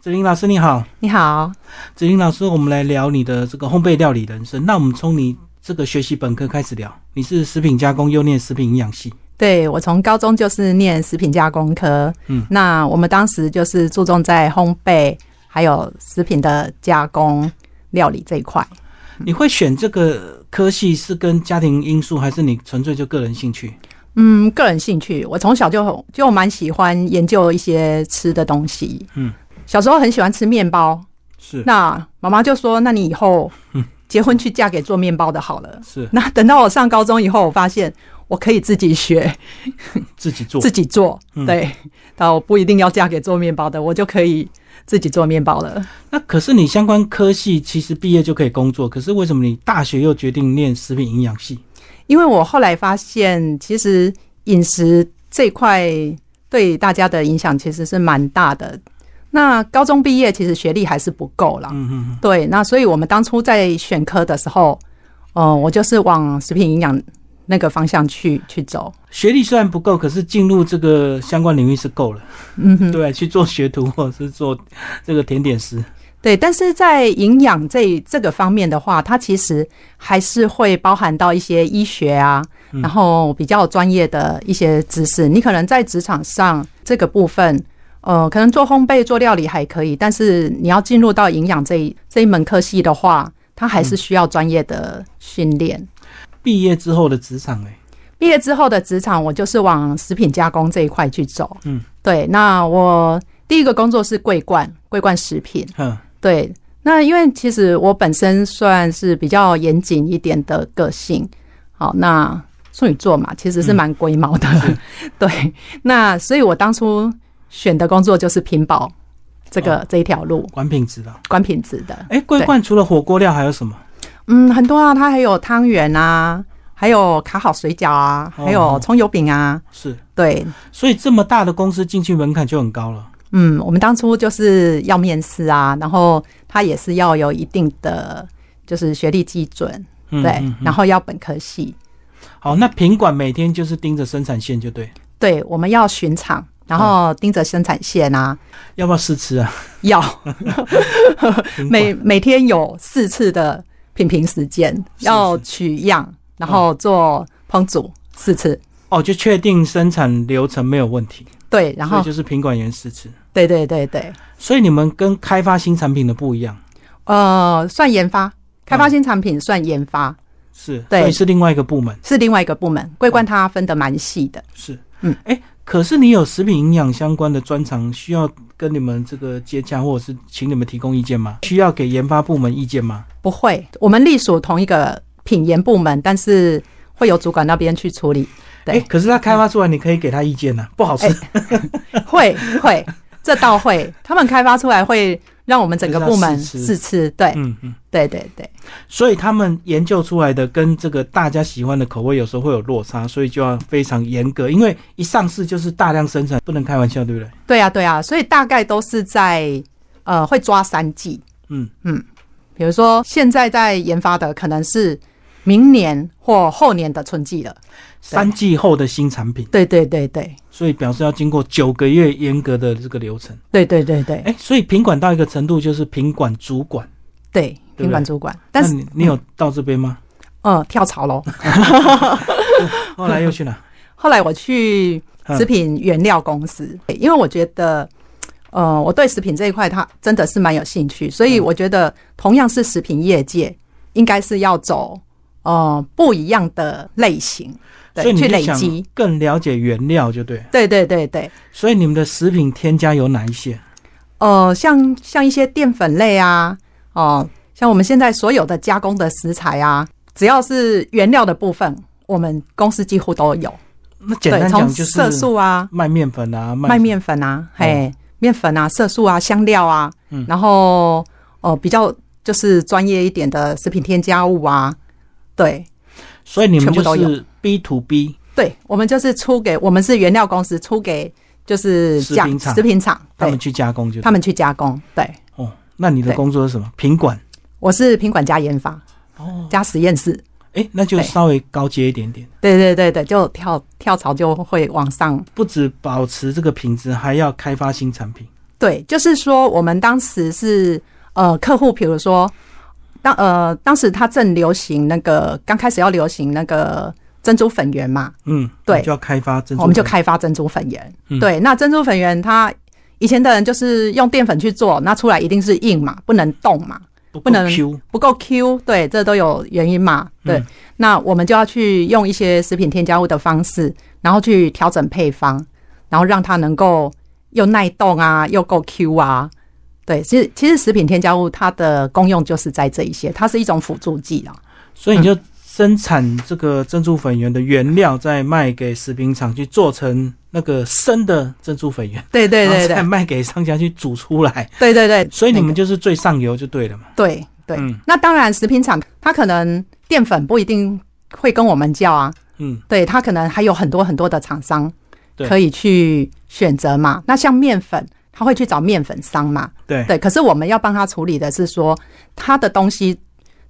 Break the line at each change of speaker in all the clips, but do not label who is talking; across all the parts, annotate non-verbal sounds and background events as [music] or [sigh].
子玲老师你好，
你好，
子玲老师，我们来聊你的这个烘焙料理人生。那我们从你这个学习本科开始聊，你是食品加工，又念食品营养系，
对我从高中就是念食品加工科，
嗯，
那我们当时就是注重在烘焙还有食品的加工料理这一块。
你会选这个科系是跟家庭因素，还是你纯粹就个人兴趣？
嗯，个人兴趣，我从小就就蛮喜欢研究一些吃的东西。
嗯，
小时候很喜欢吃面包，
是
那妈妈就说：“那你以后
嗯
结婚去嫁给做面包的好了。”
是
那等到我上高中以后，我发现我可以自己学，
自己做
自，己做，
嗯
对，但我不一定要嫁给做面包的，我就可以自己做面包了。
那可是你相关科系其实毕业就可以工作，可是为什么你大学又决定念食品营养系？
因为我后来发现，其实饮食这块对大家的影响其实是蛮大的。那高中毕业其实学历还是不够啦，
嗯嗯，嗯
对，那所以我们当初在选科的时候，呃，我就是往食品营养那个方向去去走。
学历虽然不够，可是进入这个相关领域是够了，
嗯哼，
对，去做学徒或者是做这个甜点师，
对，但是在营养这这个方面的话，它其实还是会包含到一些医学啊，然后比较专业的一些知识。你可能在职场上这个部分，呃，可能做烘焙、做料理还可以，但是你要进入到营养这一这一门科系的话，它还是需要专业的训练。
毕业之后的职场、欸，哎，
毕业之后的职场，我就是往食品加工这一块去走。
嗯，
对。那我第一个工作是桂冠，桂冠食品。
哼。
对，那因为其实我本身算是比较严谨一点的个性，好，那处女座嘛，其实是蛮龟毛的， [laughs] 对，那所以我当初选的工作就是屏保这个、这一条路，
管品质的。
管品质的，
哎、桂冠除了火锅料还有什么？
嗯，很多啊，它还有汤圆啊，还有卡好水饺啊，还有
哦
葱油饼啊，
是，
对，
所以这么大的公司进去门槛就很高了。
嗯，我们当初就是要面试啊，然后他也是要有一定的就是学历基准。
嗯
对，
嗯嗯
然后要本科系，
好，那品管每天就是盯着生产线就对，
对，我们要巡场，然
嗯
后盯着生产线啊，
要不要试吃啊？
要
品管
[laughs] 每每天有四次的品评时间，
是
要取样，然后做烹煮四次，
哦，就确定生产流程没有问题，
对，然
所
后
以就是品管员试吃。
对对对对，
所以你们跟开发新产品的不一样，
呃，算研发，开发新产品算研发，
是，
对
所以是另外一个部门，
是另外一个部门，桂冠它分得蛮细的。
是，
嗯，
哎、可是你有食品营养相关的专长，需要跟你们这个接洽，或者是请你们提供意见吗？需要给研发部门意见吗？
不会，我们隶属同一个品研部门，但是会由主管那边去
[laughs]
处理。对
哎、可是他开发出来，你可以给他意见呢、不好吃
哎会会，这倒会。他们开发出来会让我们整个部门
就是要试吃
试吃，对
嗯嗯，
对对对
所以他们研究出来的跟这个大家喜欢的口味有时候会有落差，所以就要非常严格，因为一上市就是大量生产，不能开玩笑，对不对？
对啊对啊，所以大概都是在呃会抓三季，
嗯
嗯，比如说现在在研发的可能是明年或后年的春季了，
三季后的新产品，
对对对对
所以表示要经过九个月严格的这个流程。
对对对对
哎，所以品管到一个程度就是品管主管，
对，
对
品管主管，但
那
是
你你有到这边吗？
嗯跳槽喽。嗯
后来又去哪？
后来我去
嗯
食品原料公司，因为我觉得，呃，我对食品这一块它真的是蛮有兴趣，所以我觉得同样是食品业界，应该是要走呃不一样的类型，
所以
[laughs] 对，
你
去
就
累
想
积，
更了解原料，就对。
对对对对，
所以你们的食品添加有哪一些？
呃，像像一些淀粉类啊，哦、像我们现在所有的加工的食材啊，只要是原料的部分，我们公司几乎都有，
那简
对，
单
从
讲就是
色素啊，
卖面粉啊，卖
卖面粉啊，嘿，面粉啊，色素啊，香料啊，
嗯
然后呃，比较就是专业一点的食品添加物啊，对
所以你们
全部
就
都
是 B to B，
对，我们就是出给我们是原料公司出给就是
食
讲
品厂
食品厂，
他
对
们，去加工就对
他们去加工，对，
哦，那你的
对
工作是什么？品管
我是品管加研发
哦，
加实验室，
哎，那就
对
稍微高阶一点点，
对对对对，就跳跳槽就会往上，
不止保持这个品质，还要开发新产品。
对，就是说我们当时是呃客户，比如说当呃当时他正流行那个刚开始要流行那个珍珠粉圆嘛，
嗯，
对
我们就要开发珍珠粉，
我们就开发珍珠粉圆。
嗯
对，那珍珠粉圆它以前的人就是用淀粉去做，那出来一定是硬嘛，不能动嘛，
不够
不能
Q，
不够 Q，对，这都有原因嘛。对，
嗯
那我们就要去用一些食品添加物的方式，然后去调整配方，然后让它能够又耐冻啊，又够 Q 啊。对，其实其实食品添加物它的功用就是在这一些，它是一种辅助剂啊。
所以你就生产这个珍珠粉圆的原料，再卖给食品厂去做成那个生的珍珠粉圆，
对对对
然后再
对
卖给商家去煮出来。
哦对对对，
所以你
那
们
个
就是最上游就对了嘛。
对对，
嗯
那当然食品厂它可能淀粉不一定会跟我们叫啊，
嗯，
对，它可能还有很多很多的厂商
对
可以去选择嘛。那像面粉，他会去找面粉商嘛？
对
对，可是我们要帮他处理的是说，他的东西，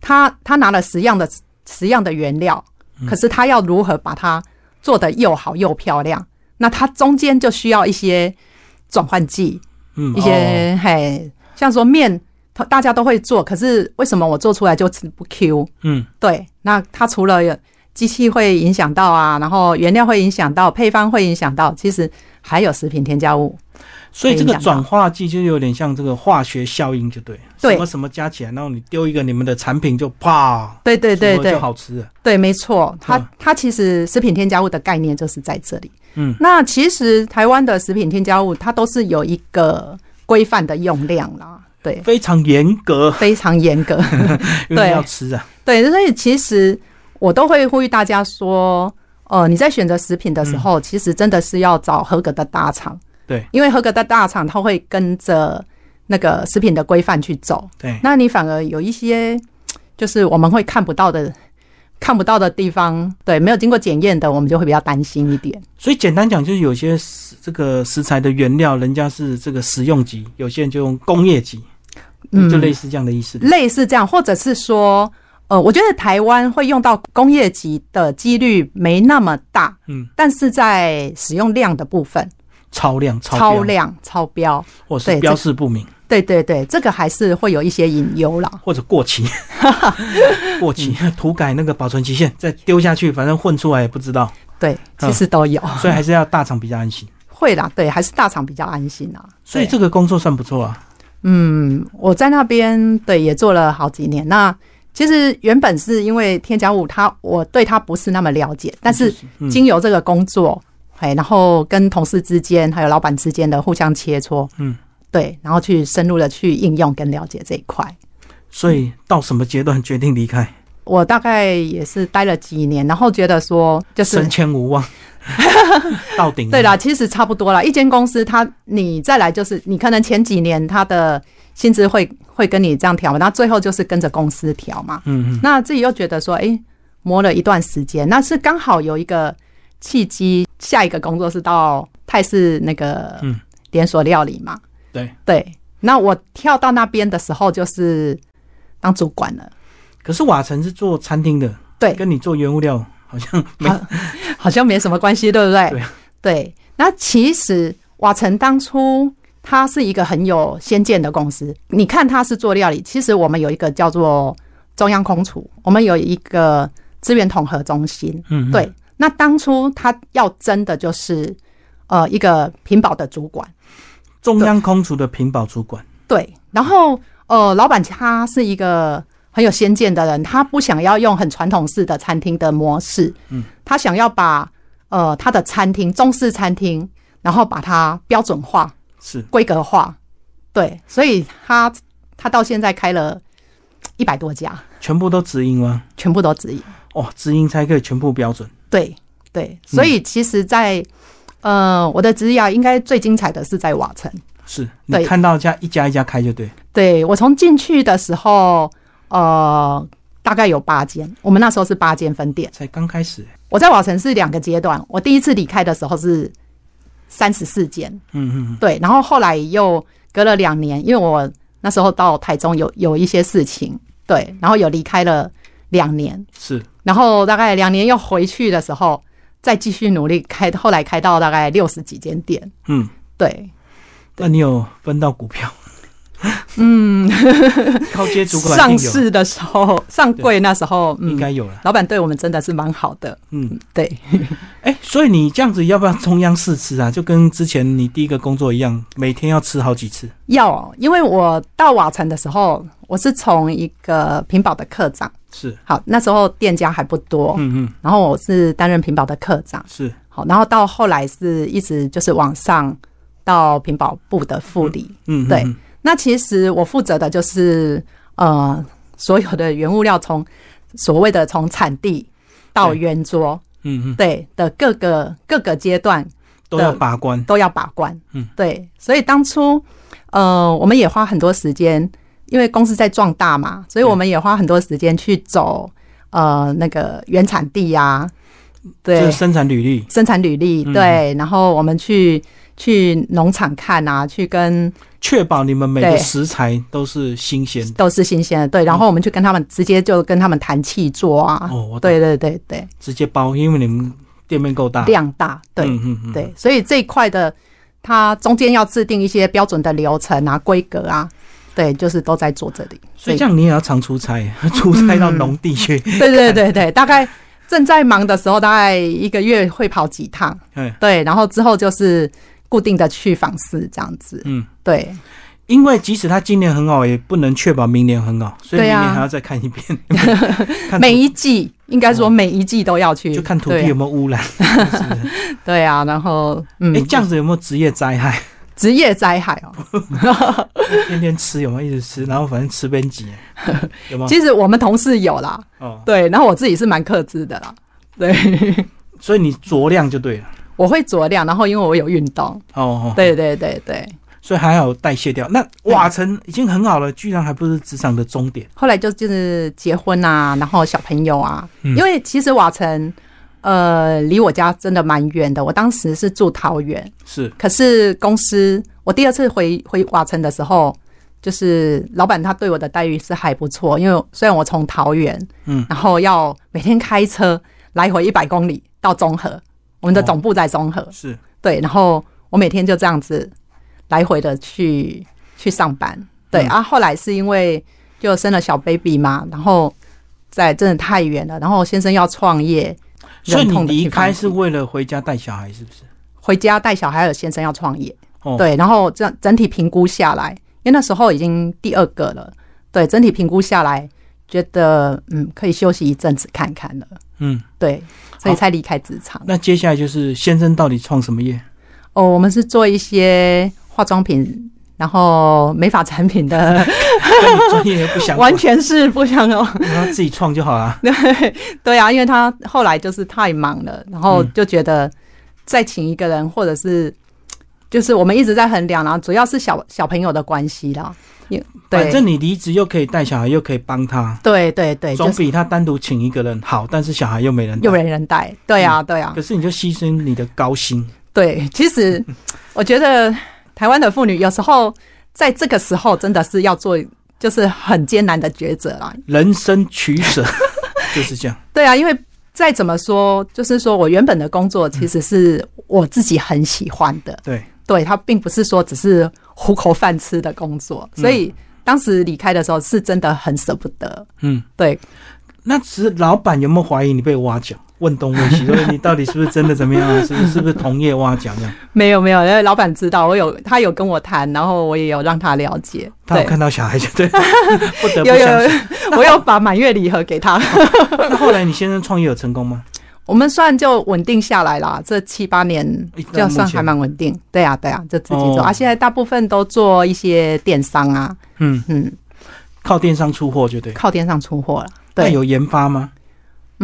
他他拿了十样的十样的原料，
嗯
可是他要如何把它做得又好又漂亮？那它中间就需要一些转换剂，
嗯，
一些、嘿，像说面，它大家都会做，可是为什么我做出来就吃不 Q？
哦嗯
对，那它除了有机器会影响到啊，然后原料会影响到，配方会影响到，其实还有食品添加物。
所以这个转化剂就有点像这个化学效应，就对，
对
什么什么加起来，然后你丢一个你们的产品就啪，
对对对
出锅
对
就，好吃了。
对，没错，它
嗯
它其实食品添加物的概念就是在这里。
嗯，
那其实台湾的食品添加物它都是有一个规范的用量啦，对，
非常严格，
非常严格。
因为
对
要吃啊。
对，所以其实我都会呼吁大家说，呃，你在选择食品的时候，其实真的是要找合格的大厂。
嗯对，
因为合格的大厂它会跟着那个食品的规范去走，
对，
那你反而有一些就是我们会看不到的。看不到的地方，对，没有经过检验的，我们就会比较担心一点。
所以简单讲，就是有些食这个食材的原料，人家是这个食用级，有些人就用工业级，
嗯
就类似这样的意思。
类似这样，或者是说，呃，我觉得台湾会用到工业级的几率没那么大，
嗯，
但是在使用量的部分，
超量、超标
超量、超标，
或是
对
标示不明，
对对对，这个还是会有一些隐忧啦。
或者过
[laughs]
期，过期涂改那个保存期限，再丢下去，反正混出来也不知道，
对，
嗯
其实都有，
所以还是要大厂比较安心。
会啦，对，还是大厂比较安心啦。
所以
对
这个工作算不错啊。
嗯，我在那边对也做了好几年。那其实原本是因为添加物它，我对它不是那么了解，但是
嗯
经由这个工作，哎、然后跟同事之间还有老板之间的互相切磋，
嗯，
对，然后去深入的去应用跟了解这一块。
所以到什么阶段决定离开，
我大概也是待了几年，然后觉得说，就是
升迁无
[laughs]
望，到顶。
对，啦，其实差不多啦。一间公司它，你再来就是，你可能前几年它的薪资会会跟你这样调嘛，那最后就是跟着公司调嘛。
嗯嗯，
那自己又觉得说，诶，磨了一段时间，那是刚好有一个契机，下一个工作是到泰式那个
嗯
连锁料理嘛。
对
对，那我跳到那边的时候就是当主管了，
可是瓦城是做餐厅的，
对
跟你做原物料好像没
好好像没什么关系，对不对？
对
对那其实瓦城当初。它是一个很有先见的公司，你看它是做料理，其实我们有一个叫做中央空厨，我们有一个资源统合中心，
嗯，嗯，
对，那当初他要争的就是呃一个屏保的主管，
中央空厨的屏保主管，
对，然后呃老板他是一个很有先见的人，他不想要用很传统式的餐厅的模式，
嗯，
他想要把呃他的餐厅中式餐厅，然后把它标准化、
是
规格化，对，所以他他到现在开了一百多家，
全部都直营吗？
全部都直营。
哦，直营才可以全部标准。
对对，所以其实在，呃我的职涯应该最精彩的是在瓦城。
是你
对
看到家一家一家开就对，
对我从进去的时候，呃，大概有八间，我们那时候是八间分店。
才刚开始欸、
我在瓦城是两个阶段，我第一次离开的时候是三十四间，
嗯嗯嗯，
对，然后后来又隔了两年，因为我那时候到台中有有一些事情，对，然后有离开了两年，
是
然后大概两年又回去的时候，再继续努力开，后来开到大概六十几间店。
嗯。
对，
那你有分到股票？
嗯，
[laughs] 高阶主管一
上
定有
市的时候上柜那时候，
应
嗯，
该有了。
老板对我们真的是蛮好的，
嗯，
对，
哎、所以你这样子要不要中央试吃啊？就跟之前你第一个工作一样，每天要吃好几次。
要，因为我到瓦城的时候，我是从一个屏保的科长，
是，
好，那时候店家还不多，
嗯嗯，
然后我是担任屏保的科长，
是，
好，然后到后来是一直就是往上到屏保部的副理，
嗯，
对
嗯
那其实我负责的就是呃所有的原物料从所谓的从产地到
对
圆桌，
嗯嗯，
对的各个各个阶段
都要把关。
都要把关。
嗯，
对，所以当初呃，我们也花很多时间，因为公司在壮大嘛，所以我们也花很多时间去走呃那个原产地呀、
这
对
是，生产履历，
生产履历，
嗯
对，然后我们去去农场看啊，去跟
确保你们每个
对
食材都是新鲜的。
都是新鲜的，对，然后我们去跟他们直接就跟他们谈气做啊，
嗯哦，我懂
对对对对，
直接包，因为你们店面够大。
量大，对，
嗯嗯嗯，
对，所以这一块的，它中间要制定一些标准的流程啊、规格啊，对，就是都在做这里。
所以这样你也要常出差， [laughs] 出差到农地去。
对对对对，大概正在忙的时候，大概一个月会跑几趟，
[laughs] 嗯
对，然后之后就是固定的去访视这样子，
嗯，
对，
因为即使他今年很好，也不能确保明年很好，所以明
对啊
年还要再看一
[laughs]
遍。看哦
每一季应该说每一季都要去，
就看土
对啊
地有没有污染，哎、
对啊，然后嗯，
这样子有没有职业灾害？
职业灾害哦，
天天吃有没有一直吃，然后反正吃边挤，
[laughs]
有吗？
其实我们同事有啦，
哦，
对，然后我自己是蛮克制的啦，对， [laughs]
所以你酌量就对了。
我会酌量，然后因为我有运动，
哦哦，
对对对对。
所以还好代谢掉。那瓦城已经很好了，居然还不是职场的终点。
后来就就是结婚啊，然后小朋友啊，
嗯
因为其实瓦城，呃，离我家真的蛮远的。我当时是住桃园，
是，
可是公司我第二次回回瓦城的时候，就是老板他对我的待遇是还不错，因为虽然我从桃园，
嗯，
然后要每天开车来回一百公里到中和，我们的
哦
总部在中和，
是，
对，然后我每天就这样子来回的去去上班。对、
嗯
啊，后来是因为就生了小 baby 嘛，然后在真的太远了，然后先生要创业，
所以
忍
你
痛地
离
去
开
放
是
弃
为了回家带小孩，是不是？
回家带小孩，还有先生要创业，
哦，，
对，然后这样整体评估下来，因为那时候已经第二个了，对，整体评估下来，觉得嗯可以休息一阵子看看了，
嗯，
对，所以
好
才离开职场。
那接下来就是先生到底创什
[laughs]
么业？
哦，我们是做一些化妆品，然后美发产品的
跟你专业又不相关 [laughs]
完，全是不相哦。
然后自己创就好了。
对对啊，因为他后来就是太忙了，然后
嗯
就觉得再请一个人，或者是就是我们一直在衡量啦，啊主要是小小朋友的关系啦。也
反
对
正你离职又可以带小孩，又可以帮他，
对对对，哎就
总
是
比他单独请一个人好。但是小孩又没人带
又，没人带。对啊，对啊
可，是你就牺牲你的高薪。
对。其实我觉得台湾的妇女有时候在这个时候真的是要做。就是很艰难的抉择啦，
人生取舍 [laughs] 就是这样。
对啊，因为再怎么说，就是说我原本的工作其实是我自己很喜欢的，
对，
对，它并不是说只是糊口饭吃的工作，所以当时离开的时候是真的很舍不得。
嗯，
对，
那只是老板有没有怀疑你被挖角？问东问西，说你到底是不是真的怎么样啊？是不 [laughs] 是是不是同业挖角这样？
没有没有，因为老板知道我有，他有跟我谈，然后我也有让他了解。
他有
对，
看到小孩就对， [laughs] 不得不
有有
相
有
信。，
[laughs] 我有把满月礼盒给
[laughs]
他。
那后来你先生创业有成功吗？
我们算就稳定下来啦，这七八年
一直到
就
哎目
算
前
还蛮稳定。对啊，对啊，就自己做、
哦
啊。现在大部分都做一些电商啊，
嗯，
嗯，
靠电商出货就对。
靠电商出货了。
那
对，
有研发吗？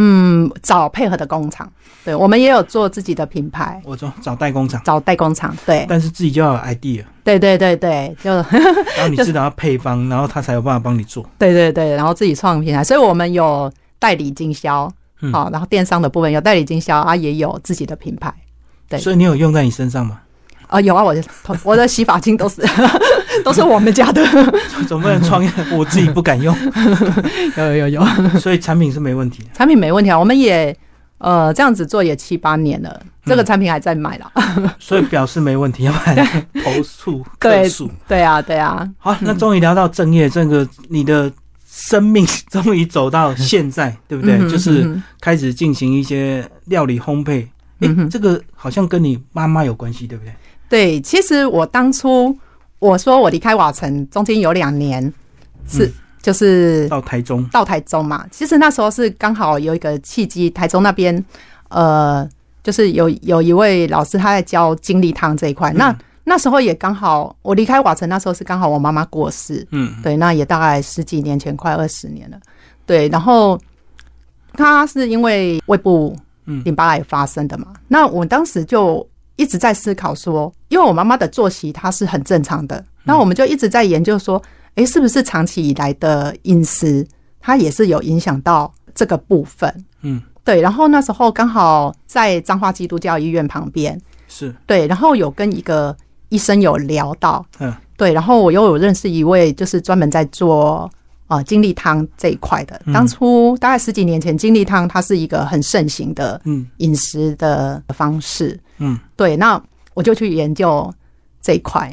嗯，找配合的工厂，对我们也有做自己的品牌，
我找找代工厂，
找代工厂，对，
但是自己就要有 idea，
对对对对，就 [laughs]
然后你知道要配方，然后他才有办法帮你做。
对对对，然后自己创品牌，啊所以我们有代理经销，好、
嗯
然后电商的部分有代理经销啊，也有自己的品牌。对
所以你有用在你身上吗？ [laughs]
啊，有啊，我的头我的洗发精都是 [laughs] 都是我们家的，
总不能创业我自己不敢用，
有有有，
所以产品是没问题的。
产品没问题啊，我们也呃，这样子做也七八年了，
嗯
这个产品还在卖啦。 [laughs]
所以表示没问题，要不然投诉客
对
诉。
对啊，对啊，
好，那终于聊到正业，这个你的生命终于走到现在，对不对？
嗯
就是
嗯
开始进行一些料理烘焙。诶，
嗯哼
这个好像跟你妈妈有关系，对不对？
对，其实我当初我说我离开瓦城，中间有两年是、
嗯
就是
到台中，
到台中嘛。其实那时候是刚好有一个契机，台中那边呃，就是有有一位老师他在教精力汤这一块。那那时候也刚好我离开瓦城，那时候是刚好我妈妈过世，
嗯，
对，那也大概十几年前，快二十年了。对，然后他是因为胃部
嗯
淋巴癌发生的嘛，那我当时就一直在思考说，因为我妈妈的作息她是很正常
嗯
的，那我们就一直在研究说，诶，是不是长期以来的饮食它也是有影响到这个部分？
嗯，
对。然后那时候刚好在彰化基督教医院旁边，
是，
对，然后有跟一个医生有聊到，
嗯，
对，然后我又有认识一位，就是专门在做啊精力汤这一块的。
嗯
当初大概十几年前，精力汤它是一个很盛行的
嗯
饮食的方式。
嗯。
对，那我就去研究这一块。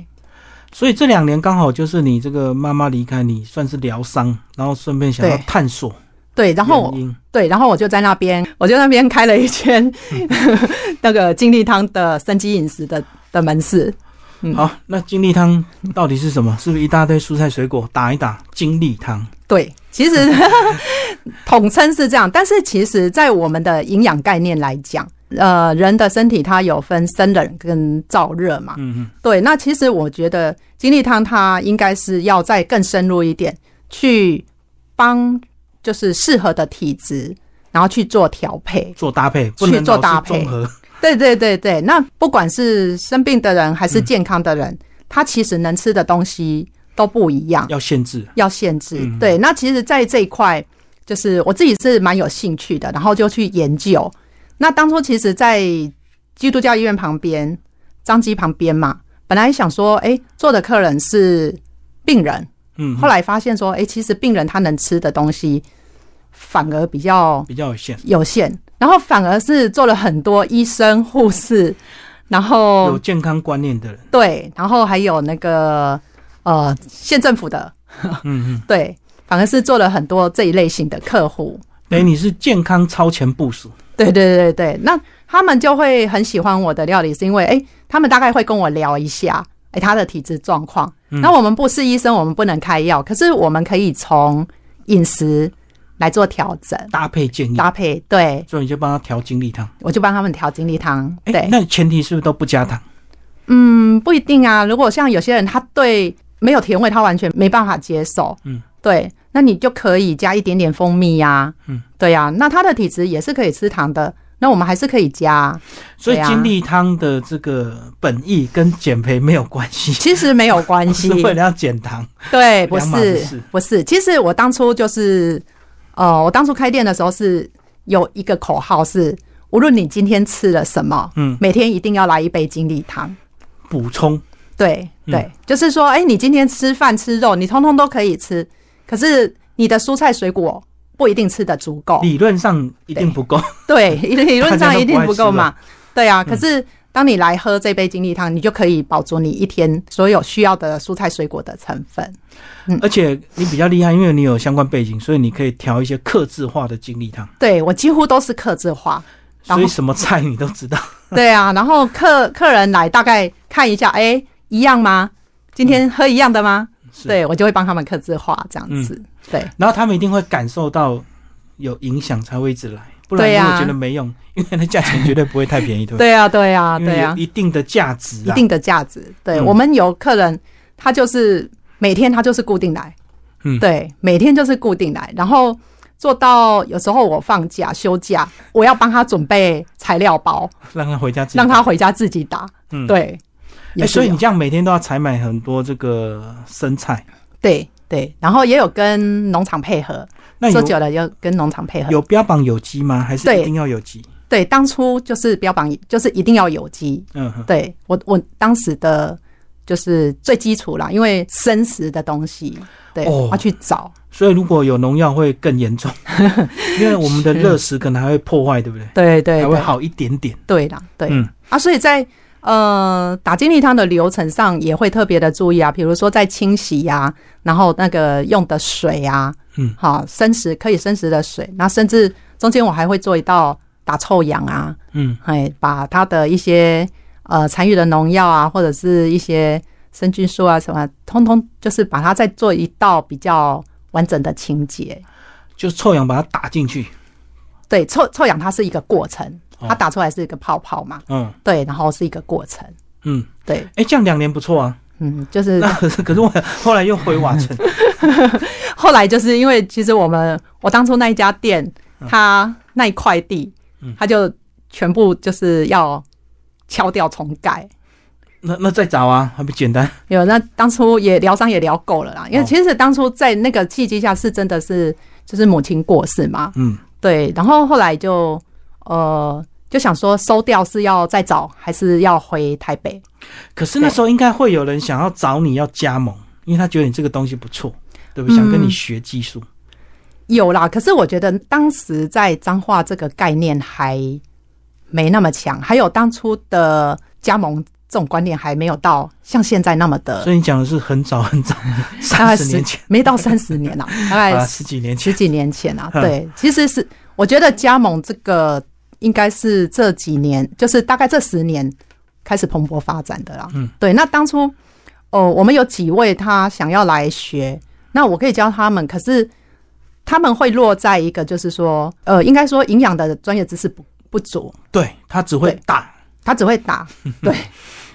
所以这两年刚好就是你这个妈妈离开你，算是疗伤，然后顺便想要
对
探索
对，然后
原因。
对，然后我就在那边，我就在那边开了一间 [laughs] 那个精力汤的生机饮食的的门市。嗯
好，那精力汤到底是什么？是不是一大堆蔬菜水果打一打精力汤？
对，其实统称是这样，但是其实，在我们的营养概念来讲，呃，人的身体它有分生冷跟燥热嘛。
嗯嗯，
对，那其实我觉得精力汤它应该是要再更深入一点，去帮就是适合的体质，然后去做调配。
做搭配，不
去
能
做
老是
搭配
综合。
对对对对，那不管是生病的人还是健康的人，他其实能吃的东西都不一样。
要限制。
要限制。
嗯
对，那其实，在这一块，就是我自己是蛮有兴趣的，然后就去研究。那当初其实，在基督教医院旁边，张基旁边嘛，本来想说，哎、坐的客人是病人，
嗯，
后来发现说，哎、其实病人他能吃的东西反而比较
比较有限，
有限，然后反而是做了很多医生、护士，然后
有健康观念的人。
对，然后还有那个呃县政府的，
[laughs] 嗯嗯，
对，反而是做了很多这一类型的客户。
等于你是健康超前部署。
对对对对，那他们就会很喜欢我的料理，是因为诶，他们大概会跟我聊一下，诶，他的体质状况。
嗯
那我们不是医生，我们不能开药，可是我们可以从饮食来做调整
搭配建议，
搭配。对，
所以你就帮他调精力汤。
我就帮他们调精力汤。
哎、
对，
那前提是不是都不加糖？
嗯，不一定啊。如果像有些人他对没有甜味，他完全没办法接受，
嗯，
对，那你就可以加一点点蜂蜜呀、
嗯，
对呀、那他的体质也是可以吃糖的，那我们还是可以加啊。
所以
对啊
精力汤的这个本意跟减肥没有关系，
其实没有关系
[laughs] 是，为了要减糖。
对，不
两码子
是
事
不是。其实我当初就是，呃，我当初开店的时候是有一个口号是，无论你今天吃了什么，
嗯，
每天一定要来一杯精力汤。
补充
对
嗯
对，就是说，哎、你今天吃饭吃肉，你通通都可以吃，可是你的蔬菜水果不一定吃的足够。
理论上一定不够。 [laughs]
对，理理论
大家
上
都
一定不够嘛。对啊，
嗯
可是当你来喝这杯精力汤，你就可以保足你一天所有需要的蔬菜水果的成分。
而且你比较厉害，因为你有相关背景，所以你可以调一些克制化的精力汤，
对我几乎都是克
[laughs]
制化。
所
然后
以什么菜你都知道。
对啊，然后客客人来大概看一下，哎、一样吗？今天喝一样的吗？
嗯是嗯
对，我就会帮他们克制化这样子。对。
然后他们一定会感受到有影响才会一直来，不然
对
如
啊
果觉得没用， [laughs] 因为那价钱绝对不会太便宜，对不对？
[laughs] 对啊，对啊，
因为
对
有
啊，
一定的价值、啊，
一定的价值。对、
嗯
我们有客人，他就是每天他就是固定来，
嗯
对，每天就是固定来，然后做到有时候我放假休假，我要帮他准备材料包，
让他回家自己
让他回家自己打。
嗯
对，
哎、
也是
所以
有
你这样每天都要采买很多这个生菜，
对对，然后也有跟农场配合，
那
做
有
久了要跟农场配合。
有标榜有机吗？还是
对
一定要有机？
对，当初就是标榜就是一定要有机，
嗯哼，
对我我当时的就是最基础啦，因为生食的东西，对，
哦
要去找。
所以如果有农药会更严
[laughs]
重，因为我们的热食可能还会破坏，对不对？
对对
还会
对，
好一点点。
对啦，对、
嗯
啊，所以在呃打精力汤的流程上也会特别的注意啊，比如说在清洗呀、然后那个用的水啊，
嗯，
好生食可以生食的水，那甚至中间我还会做一道打臭氧啊，
嗯，
哎，把它的一些呃残余的农药啊，或者是一些生菌素啊什么，通通就是把它再做一道比较完整的清洁。
就臭氧把它打进去。
对，臭臭氧它是一个过程，
哦
它打出来是一个泡泡嘛，
嗯
对，然后是一个过程，
嗯，
对，
哎、这样两年不错啊。
嗯，就
[laughs]
是
那可是可是我后来又回瓦城，
后来就是因为其实我们我当初那一家店，它那一块地
嗯，
它就全部就是要敲掉重盖，
那那再找啊，还不简单？
有，那当初也疗伤也疗够了啦，因为
哦
其实当初在那个契机下是真的是就是母亲过世嘛，
嗯，
对，然后后来就呃就想说收掉是要再找还是要回台北？
可是那时候应该会有人想要找你要加盟，因为他觉得你这个东西不错，对不对？想跟你学技术。
有啦，可是我觉得当时在彰化这个概念还没那么强，还有当初的加盟这种观念还没有到像现在那么的，
所以你讲的是很早很早，
大
三
概
十年前
没到三啊十哎年啦，大概
啊，十几年前。
十几年前啊，
[laughs] 嗯
对，其实是我觉得加盟这个应该是这几年，就是大概这十年开始蓬勃发展的啦。
嗯，
对。那当初哦、我们有几位他想要来学，那我可以教他们，可是他们会落在一个就是说，呃，应该说营养的专业知识不不足，
对他只会
对
打，
他只
[laughs]
会打，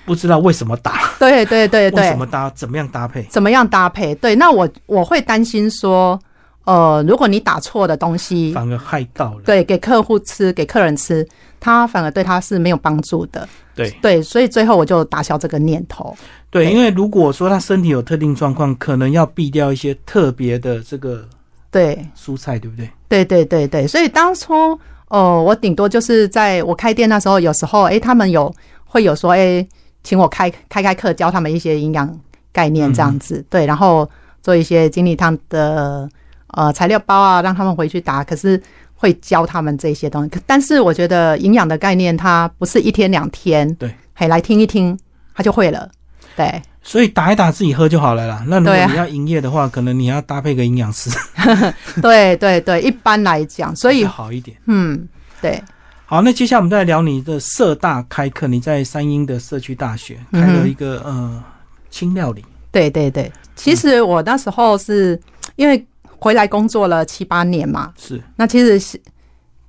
不知道为什么打，
对对对
为
对
什，么搭，怎么样搭配。
怎么样搭配？对，那我我会担心说，呃，如果你打错的东西，
反而害到了，
对，给客户吃，给客人吃，他反而对他是没有帮助的。
对
对，所以最后我就打消这个念头。
对，
对
因为如果说他身体有特定状况，可能要避掉一些特别的这个
对，
蔬菜，对不对？
对，对，对，对。所以当初，哦，我顶多就是在我开店那时候，有时候，诶，他们有会有说，诶，请我开开开课，教他们一些营养概念这样子。对，然后做一些精力汤的呃材料包啊，让他们回去打。可是会教他们这些东西。可但是我觉得营养的概念，它不是一天两天，
对，
嘿，来听一听，他就会了。对，
所以打一打自己喝就好了啦。那如
对
果
啊
你要营业的话，可能你要搭配个营养师， [laughs]
对，对，对，一般来讲， [laughs] 所
比
以
较，好一点。
嗯，对，
好，那接下来我们再来聊你的社大开课，你在三英的社区大学开
嗯
了
哼
一个、呃轻料理，
对对
嗯
对，其实我那时候是因为回来工作了七八年嘛，
是
那其实心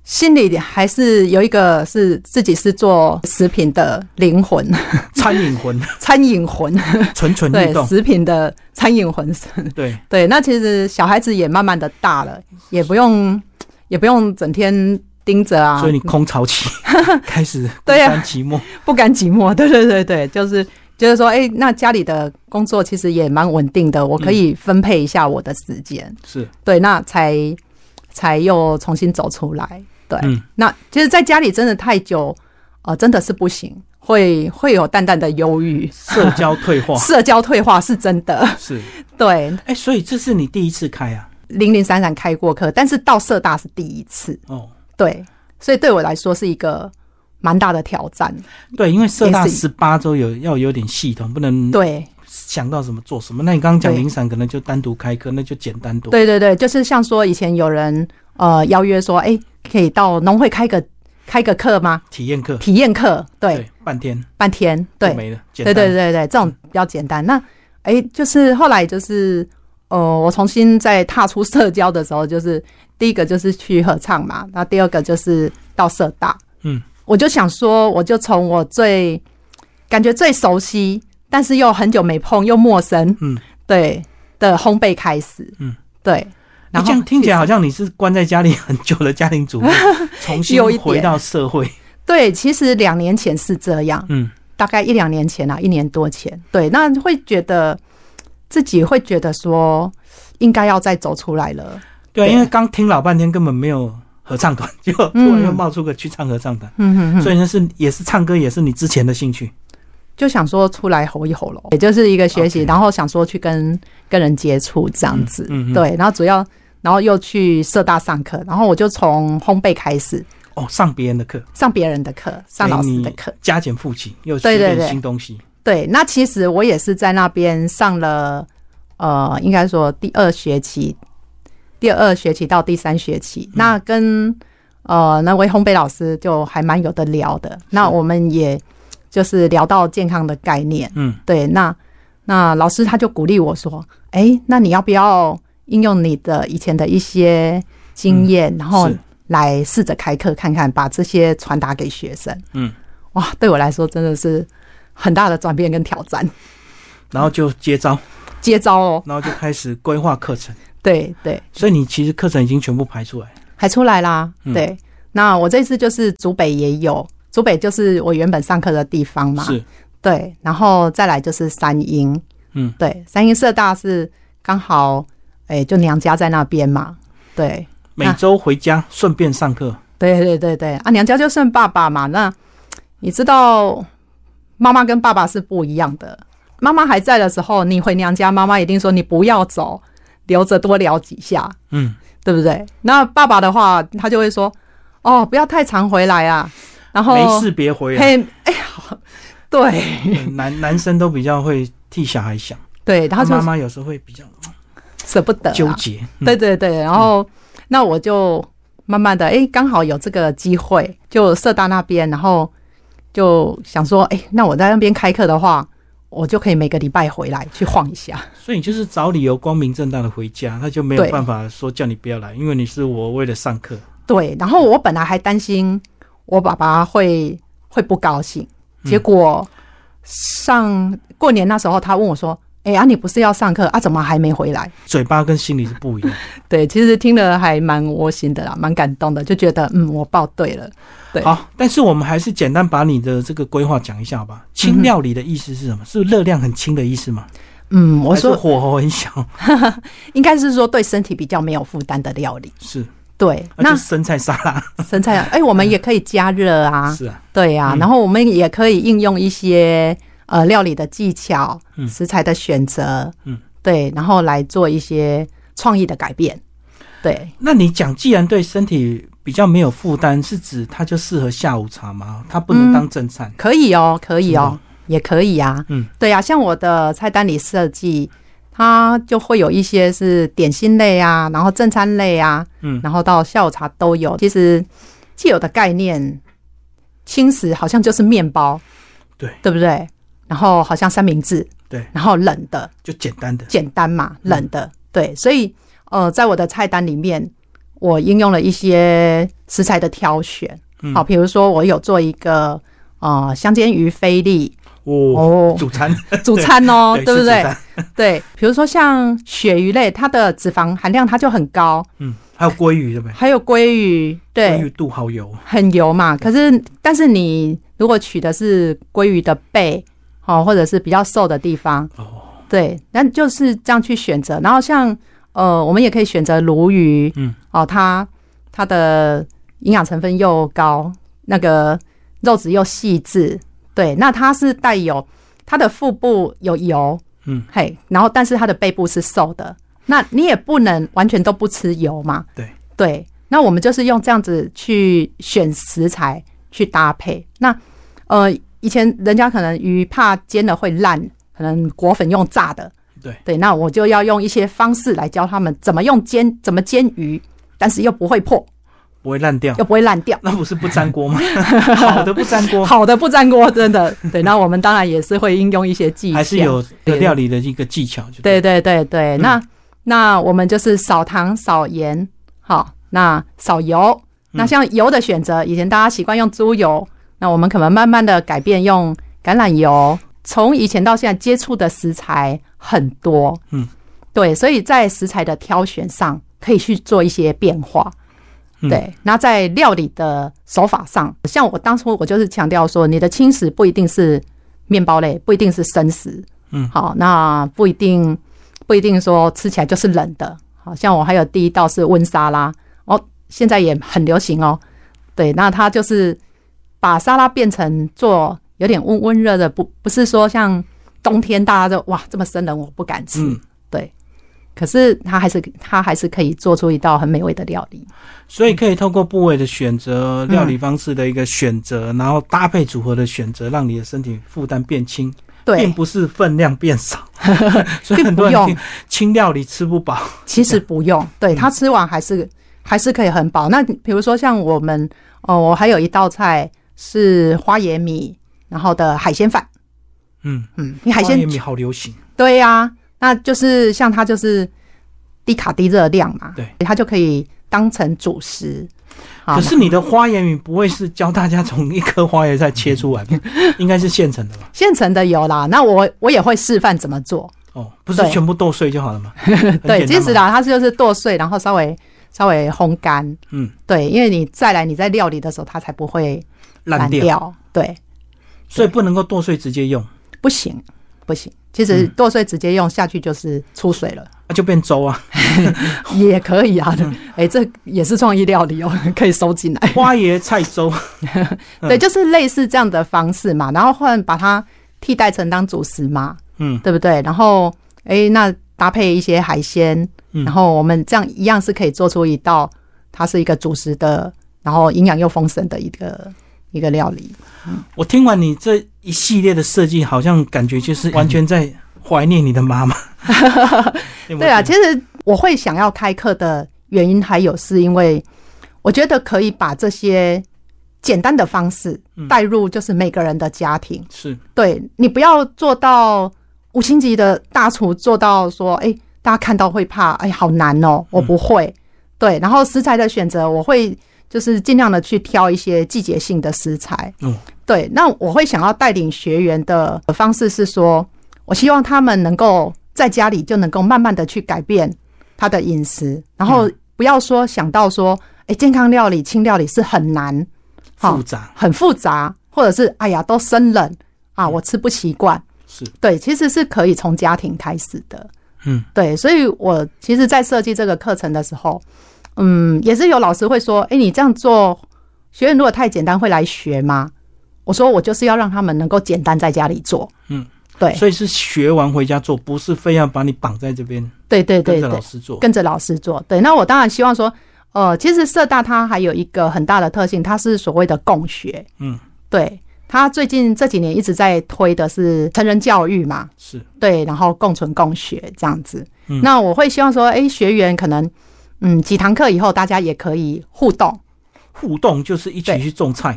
心里还是有一个是自己是做食品的灵魂， [laughs]
餐饮魂，
餐饮魂，
蠢蠢欲
对，
动。
食品的餐饮魂。 [laughs]
对，
对，那其实小孩子也慢慢的大了，也不用也不用整天盯着啊，
所以你空巢
[laughs]
期开始孤
对啊
单寂寞。
不甘寂寞。 [laughs] 对对对对，就是觉得说，哎、那家里的工作其实也蛮稳定的，我可以分配一下我的时间。
是，
对，那才才又重新走出来。对，
嗯
那其实在家里真的太久，呃，真的是不行，会会有淡淡的忧郁，
社交退
[laughs]
化
社交退化是真的。 [laughs]
是。
对，
哎、所以这是你第一次开啊？
零零散散开过课，但是到社大是第一次，
哦，
对，所以对我来说是一个蛮大的挑战。
对，因为社大
也是
十八周有要有点系统，不能
对，
想到什么做什么。那你刚刚讲
对
零散，可能就单独开课，那就简单多。
对对对，就是像说以前有人呃邀约说，哎、可以到农会开个开个课吗？
体验课，
体验课，对，
对，半天
半天，
就
对，
没了，简
对
单。
对对对，这种比较简单。那哎、诶就是后来就是呃，我重新再踏出社交的时候，就是第一个就是去合唱嘛，那第二个就是到社大。
嗯，
我就想说，我就从我最感觉最熟悉，但是又很久没碰又陌生，
嗯，
对的烘焙开始，
嗯，
对。然
你这
后
样听起来好像你是关在家里很久的家庭主妇，重新
[laughs] 有一点
回到社会。
对，其实两年前是这样，
嗯，
大概一两年前啊，一年多前，对，那会觉得自己会觉得说应该要再走出来了，
对啊，
对
因为刚听老半天根本没有合唱团，结果突然又
嗯
冒出个去唱合唱团，
嗯哼哼，
所以那是也是唱歌，也是你之前的兴趣。
就想说出来吼一吼咯，也就是一个学习
OK
然后想说去跟跟人接触这样子，
嗯嗯嗯
对，然后主要然后又去社大上课，然后我就从烘焙开始
哦，上别人的课，
上别人的课，上老师的课
所以你，加减复习，又学
对对
点
对
新东西。
对，那其实我也是在那边上了，呃，应该说第二学期，第二学期到第三学期，那跟呃那位烘焙老师就还蛮有的聊的。那我们也就是聊到健康的概念，
嗯，
对，那那老师他就鼓励我说，哎，那你要不要应用你的以前的一些经验，然后
嗯是
来试着开课看看，把这些传达给学生。
嗯，
哇，对我来说真的是很大的转变跟挑战， [laughs]
然后就接招，
接招哦。
然后就开始规划课程。
嗯对对，
所以你其实课程已经全部排出来。
还出来啦。
嗯
对，那我这次就是竹北也有，竹北就是我原本上课的地方嘛。
是，
对，然后再来就是三英，
嗯，
对，三英社大是刚好，哎、就娘家在那边嘛。对，
每周回家顺便上课。
对对对对啊，娘家就剩爸爸嘛。那你知道，妈妈跟爸爸是不一样的。妈妈还在的时候，你回娘家，妈妈一定说你不要走，留着多聊几下，
嗯，
对不对？那爸爸的话，他就会说，哦，不要太常回来啊。然后
没事别回来。
嘿，哎呀，对
嗯男男生都比较会替小孩想，
对，然后
妈
就
妈有时候会比较
舍不得、
纠
啊，
结。
对对对，然后、那我就慢慢的，哎，刚好有这个机会，就社大那边，然后就想说，哎，那我在那边开课的话，我就可以每个礼拜回来去晃一 [laughs] 下。
所以你就是找理由光明正大的回家，他就没有
对
办法说叫你不要来，因为你是我为了上课。
对，然后我本来还担心我爸爸会会不高兴，结果上过年那时候，他问我说，哎，啊，你不是要上课啊？怎么还没回来？
嘴巴跟心里是不一样。
对，其实听了还蛮窝心的啦，蛮感动的，就觉得嗯，我报对了。对
好，但是我们还是简单把你的这个规划讲一下吧。轻料理的意思是什么？是热量很轻的意思吗？
嗯，我
还是
说
火候很
[laughs]
小，
应该是说对身体比较没有负担的料理。
是
对，
那
那
就是生菜沙拉
生菜，哎、我们也可以加热
[laughs]
啊，
是啊，
对呀、
嗯
然后我们也可以应用一些呃料理的技巧、
嗯
食材的选择，
嗯，
对，然后来做一些创意的改变。对，
那你讲，既然对身体比较没有负担，是指它就适合下午茶吗？它不
嗯
能当正餐。
可以哦，可以
是
哦
吗，
也可以啊。
嗯，
对啊，像我的菜单里设计，它就会有一些是点心类啊，然后正餐类啊，
嗯
然后到下午茶都有。其实既有的概念，轻食好像就是面包，
对
对不对？然后好像三明治，
对，嗯
然后冷的
就简单的。
简单嘛，冷的，对，所以呃，在我的菜单里面，我应用了一些食材的挑选，
嗯
好，比如说我有做一个呃香煎鱼菲力
哦，
哦， [laughs]
主餐，
主餐哦， [laughs] 对不
是主
对？
餐？
对，比如说像鳕鱼类，它的脂肪含量它就很高，
嗯，还有鲑鱼，对不对？
还有鲑
鲑
鱼，
鱼
对，
肚好油，
很油嘛。可是但是你如果取的是鲑鱼的背，哦，或者是比较瘦的地方，
哦，
对，那就是这样去选择。然后像呃，我们也可以选择鲈鱼，
嗯，
哦，它它的营养成分又高，那个肉质又细致，对，那它是带有它的腹部有油，
嗯，
嘿，然后但是它的背部是瘦的，那你也不能完全都不吃油嘛，
对
对，那我们就是用这样子去选食材去搭配，那呃。以前人家可能鱼怕煎了会烂，可能果粉用炸的，
对
对，那我就要用一些方式来教他们怎么用煎，怎么煎鱼，但是又不会
[laughs]
破，
不会烂掉。
又不会烂掉，
那不是不粘锅吗？ [laughs] 好的不粘
[laughs]
锅，
好的不粘锅，真的。对，那我们当然也是会应用一些技巧，
还是有的料理的一个技巧，就嗯
对对对对，那那我们就是少糖少盐，好，那少油。
嗯
那像油的选择，以前大家习惯用猪油，那我们可能慢慢的改变用橄榄油。从以前到现在接触的食材很多，
嗯，
对，所以在食材的挑选上可以去做一些变化。
嗯
对，那在料理的手法上，像我当初我就是强调说，你的轻食不一定是面包类，不一定是生食，
嗯
好，那不一定不一定说吃起来就是冷的，好像我还有第一道是温沙拉，哦，现在也很流行哦。对，那它就是把沙拉变成做有点温温热的，不不是说像冬天大家都哇这么生冷我不敢吃，
嗯
对。可是它还是它还是可以做出一道很美味的料理，
所以可以透过部位的选择、料理方式的一个选择，然后搭配组合的选择，让你的身体负担变轻，并
对，
不是分量变
[laughs]
少。所以很
并
多
不
人
用
听，轻料理吃不饱，
其实不用，
嗯
对它吃完还是还是可以很饱。那比如说像我们哦，我还有一道菜是花椰米，然后的海鲜饭，
嗯，
嗯，你海
花椰
鲜
米好流行，
对呀、那就是像它就是低卡低热量嘛，
对，
它就可以当成主食。好
可是你的花椰米不会是教大家从一颗花椰菜切出
[laughs]
来吧，应该是现成的吧？
现成的有啦，那我我也会示范怎么做。
哦，不是
对
全部剁碎就好了
[laughs]
吗？很
对，
简单
其实
嘛，
啦，它是啊就是剁碎，然后稍微稍微烘干。
嗯，
对，因为你再来你在料理的时候，它才不会
烂掉，
掉。对，
所以不能够剁碎直接用，
不行不行，其
嗯
实剁碎直接用下去就是出水了， [laughs]
那就变粥啊。 [laughs]
也可以啊。
嗯
哎、这也是创意料理哦， [laughs] 可以收进来。
花椰菜粥，嗯
对，就是类似这样的方式嘛，然后换把它替代成当主食嘛，
嗯，
对不对？然后诶，那搭配一些海鲜，
嗯
然后我们这样一样是可以做出一道它是一个主食的，然后营养又丰盛的一个一个料理。
我听完你这一系列的设计，好像感觉就是完全在怀念你的妈
[laughs]
妈。有没有
对啊，
觉
其实我会想要开课的原因还有是因为我觉得可以把这些简单的方式
嗯
带入就是每个人的家庭。
得是
对你不要做到五星级的大厨，做到说，哎、大家看到会怕，哎、好难哦，我不会。对，然后食材的选择，我会就是尽量的去挑一些季节性的食材。
嗯，
对，那我会想要带领学员的方式是说，我希望他们能够在家里就能够慢慢的去改变他的饮食，然后不要说想到说，哎、健康料理、轻料理是很难，好
复杂，
很复杂，或者是哎呀都生冷啊，
嗯
我吃不习惯。
是
对，其实是可以从家庭开始的。
嗯，
对，所以我其实，在设计这个课程的时候，嗯，也是有老师会说：“哎、你这样做，学员如果太简单，会来学吗？”我说：“我就是要让他们能够简单在家里做。”
嗯，
对，
所以是学完回家做，不是非要把你绑在这边
对对对
跟着老
对，
师做。
跟着老师做。对，那我当然希望说，呃，其实社大它还有一个很大的特性，它是所谓的共学。
嗯，
对，它最近这几年一直在推的是成人教育嘛，
是
对，然后共存共学这样子。
嗯
那我会希望说，诶，学员可能，嗯，几堂课以后，大家也可以互动，
互动，就是一起
对
去种
[laughs]
菜，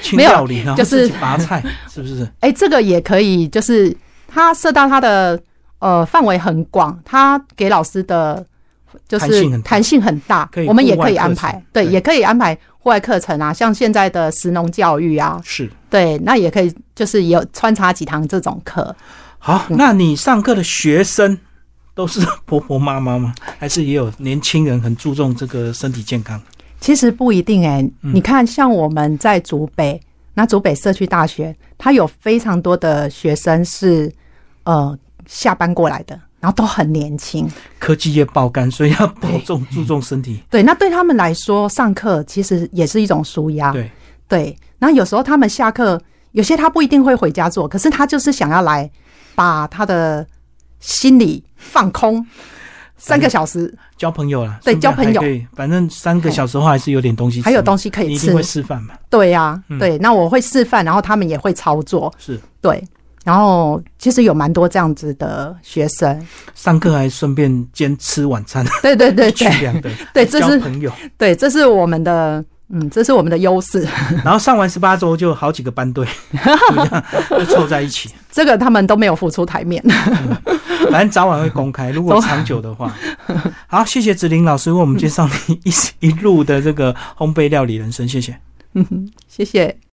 清
没有
料理，然后
就
自
是
己拔
[laughs]
菜，是不是？
诶，哎这个也可以，就是它设到它的呃范围很广，它给老师的就
弹性
是
很大
弹性很大
可以，
我们也
户外
可以
课
安
程
排，对，
对
也可以安排户外课程啊，像现在的食农教育啊，
是。
对，那也可以就是有穿插几堂这种课，
好，
嗯
那你上课的学生都是婆婆妈妈
[laughs]
吗？还是也有年轻人很注重这个身体健康？
其实不一定哎、
嗯
你看，像我们在竹北，那竹北社区大学，它有非常多的学生是呃下班过来的，然后都很年轻。
科技业爆肝，所以要保重，
嗯
注重身体。
对，那对他们来说，上课其实也是一种舒压。
对，
对，那有时候他们下课，有些他不一定会回家做，可是他就是想要来把他的心理放空三个小时，
交朋友啦，
对
顺便
交朋友
还可以，反正三个小时后还是有点东西吃，
还有东西可
嗯你
以
一
吃
定会。示范嘛？
对呀、
嗯
对，那我会示范，然后他们也会操作。
是，
对，然后其实有蛮多这样子的学生，
上课还顺便兼吃晚餐，
对对对
[laughs] 取
对
两个，
对这
交
是
朋友。
对，这是我们的嗯，这是我们的优势，
然后上完十八周就好几个班队，就这 [laughs] 样就凑在一起，
这个他们都没有浮出台面。 [laughs]
反正早晚会公开。如果长久的话，好，谢谢子玲老师为我 [laughs] 们介绍你一一路的这个烘焙料理人生，谢谢。
谢谢。